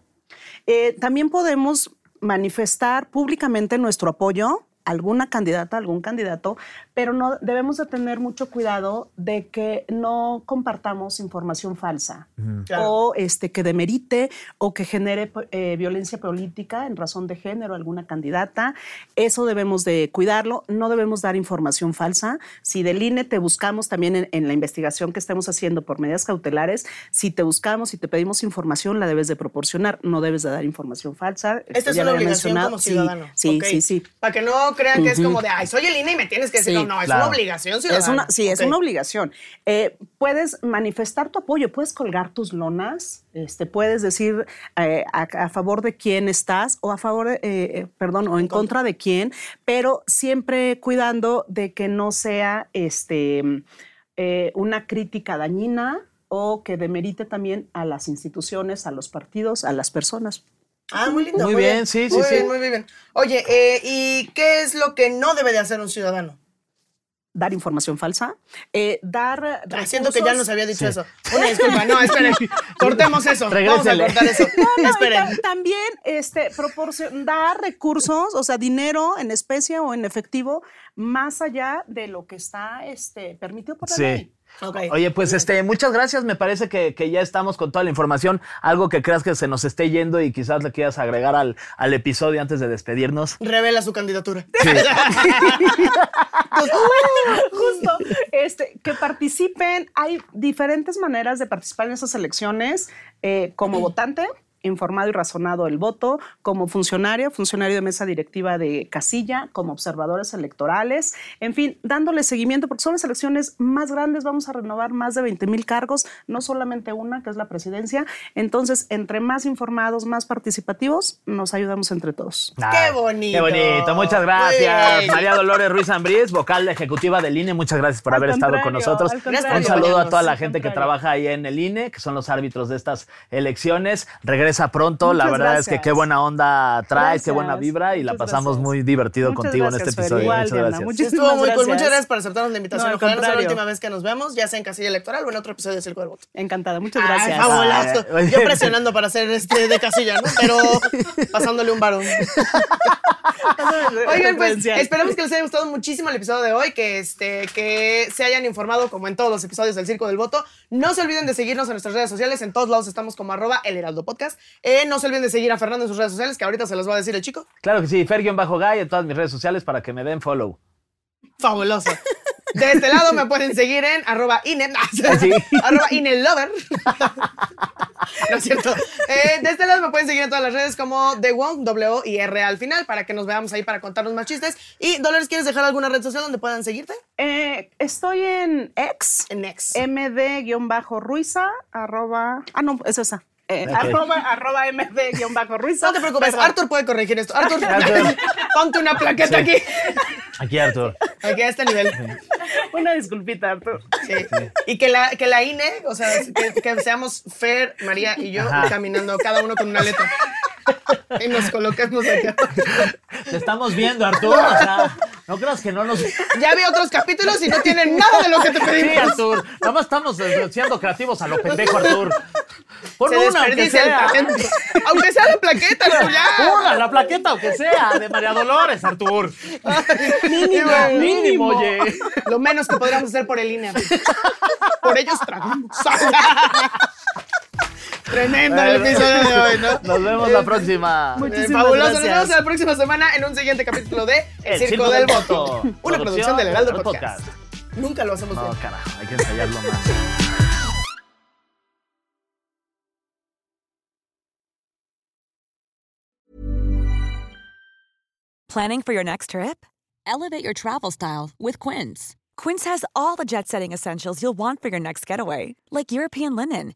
S4: Eh, también podemos manifestar públicamente nuestro apoyo a alguna candidata, algún candidato, pero no debemos de tener mucho cuidado de que no compartamos información falsa
S3: Claro.
S4: o este, que demerite o que genere eh, violencia política en razón de género a alguna candidata. Eso debemos de cuidarlo, no debemos dar información falsa. Si del INE te buscamos también en, en la investigación que estemos haciendo por medidas cautelares, si te buscamos y te pedimos información, la debes de proporcionar, no debes de dar información falsa. Esto
S3: Esta es
S4: ya
S3: una
S4: lo había
S3: obligación
S4: mencionado.
S3: como
S4: Sí,
S3: ciudadano.
S4: Sí,
S3: Ok.
S4: sí, sí.
S3: Para que no no crean que es como de, ay, soy el INE y me tienes que decir,
S4: Sí,
S3: no, no, es
S2: claro.
S3: una obligación ciudadana.
S4: Es una, sí, es
S3: Ok.
S4: una obligación. Eh, puedes manifestar tu apoyo, puedes colgar tus lonas, este, puedes decir eh, a, a favor de quién estás o a favor, de, eh, eh, perdón, o en contra de quién, pero siempre cuidando de que no sea este, eh, una crítica dañina o que demerite también a las instituciones, a los partidos, a las personas.
S3: Ah, muy lindo.
S2: Muy bien, sí, sí,
S3: Muy
S2: sí.
S3: bien, muy bien. Oye, eh, ¿y qué es lo que no debe de hacer un ciudadano?
S4: Dar información falsa, eh, dar...
S3: Ay, Ah, siento que ya
S4: recursos-
S3: nos había dicho eso. Una disculpa, no, esperen. Cortemos eso. Vamos a
S2: Regrésele.
S3: cortar eso.
S4: No, y
S3: esperen.
S4: ta- también este, proporcion- dar recursos, o sea, dinero en especie o en efectivo, más allá de lo que está este, permitido por la
S2: Sí.
S4: ley.
S3: Ok.
S2: Oye, pues este, muchas gracias. Me parece que, que ya estamos con toda la información. Algo que creas que se nos esté yendo y quizás le quieras agregar al, al episodio antes de despedirnos.
S3: Revela su candidatura.
S4: Justo, este, que participen. Hay diferentes maneras de participar en esas elecciones eh, como votante informado y razonado el voto, como funcionario, funcionario de mesa directiva de casilla, como observadores electorales, en fin, dándole seguimiento, porque son las elecciones más grandes, vamos a renovar más de 20 mil cargos, no solamente una, que es la presidencia, entonces, entre más informados, más participativos, nos ayudamos entre todos.
S2: Ay,
S3: bonito.
S2: Qué bonito. Muchas
S3: Muy
S2: gracias.
S3: bien.
S2: María Dolores Ruiz Ambrís, vocal ejecutiva del INE. Muchas gracias por
S4: Al
S2: haber estado con
S4: contrario,
S2: nosotros.
S4: al
S3: contrario,
S2: Un saludo a
S3: Mariano,
S2: toda la
S4: al
S2: gente que
S4: contrario.
S2: trabaja ahí en el INE, que son los árbitros de estas elecciones. Regresa pronto. la
S4: Muchas
S2: verdad es que
S4: gracias.
S2: qué buena onda traes, qué
S4: Gracias.
S2: buena vibra y la
S4: Muchas
S2: pasamos
S4: gracias.
S2: muy divertido
S4: Muchas
S2: contigo en
S4: gracias,
S2: este
S4: Fer.
S2: episodio.
S4: Igual,
S2: Muchas
S4: Diana,
S2: gracias.
S4: muchas-
S3: Estuvo muy
S4: Muchísimas
S3: cool. Muchas
S4: gracias.
S3: gracias por aceptarnos la invitación.
S4: No, al
S3: Ojalá no sea la
S4: contrario.
S3: última vez que nos vemos, ya sea en casilla electoral o en otro episodio de Circo del Voto.
S4: Encantada, muchas
S3: Ay,
S4: gracias.
S3: fabuloso.
S2: Ay, oye.
S3: Yo presionando para hacer este de casilla, ¿no? Pero pasándole un varón. Oigan, pues
S4: Referencial.
S3: esperamos que les haya gustado muchísimo el episodio de hoy, que, este, que se hayan informado como en todos los episodios del Circo del Voto. No se olviden de seguirnos en nuestras redes sociales, en todos lados estamos como arroba el heraldo podcast. Eh, no se olviden de seguir a Fernando en sus redes sociales, que ahorita se los va a decir el chico.
S2: Claro que sí, Fer-Gay en todas mis redes sociales para que me den follow.
S3: Fabuloso. De este lado me pueden seguir en arroba ine,
S2: Sí.
S3: arroba inelover. No es cierto. Eh, de este lado me pueden seguir en todas las redes como The Wong, W y R al final, para que nos veamos ahí para contarnos más chistes. Y Dolores, ¿quieres dejar alguna red social donde puedan seguirte?
S4: Eh, estoy en ex,
S3: En Next.
S4: Eh, md-ruiza, arroba, ah, no, es esa. Eh, arroba, arroba md-ruiza.
S3: No te preocupes,
S4: Perdón.
S3: Arthur puede corregir esto. Arthur,
S2: Arthur.
S3: ponte una plaqueta aquí.
S2: Aquí, Arturo.
S3: Aquí a este nivel.
S4: Una disculpita, Artur.
S3: Sí. Y que la, que la INE, o sea, que, que seamos Fer, María y yo
S2: Ajá.
S3: caminando cada uno con una letra. Y nos coloquemos acá.
S2: Te estamos viendo, Arturo. O sea, no creas que no nos. Sí,
S3: Ya vi otros capítulos y no tienen nada de lo que te pedimos.
S2: Artur. Nada más estamos eh, siendo creativos a lo pendejo, Artur. Pon
S3: Se
S2: una, aunque
S3: desperdicia el
S2: sea.
S3: patente. Aunque sea la plaqueta, Arthur, ya.
S2: Una, la plaqueta, aunque sea, de María Dolores, Artur.
S3: Mínimo,
S2: Mínimo, oye.
S3: Lo menos que podríamos hacer por el INE. Por ellos tragamos. Tremendo pues, el episodio de hoy, ¿no?
S2: Nos vemos la próxima.
S3: Eh,
S4: Muchísimas
S3: Fabuloso. Nos
S4: gracias.
S3: vemos la próxima semana en un siguiente capítulo de El, Circo, del Voto. Una producción del Heraldo Podcast. Nunca lo hacemos
S2: No,
S3: bien.
S2: carajo, Oh, hay que ensayarlo más.
S5: Planning for your next trip? Elevate your travel style with Quince. Quince has all the jet setting essentials you'll want for your next getaway, like European linen,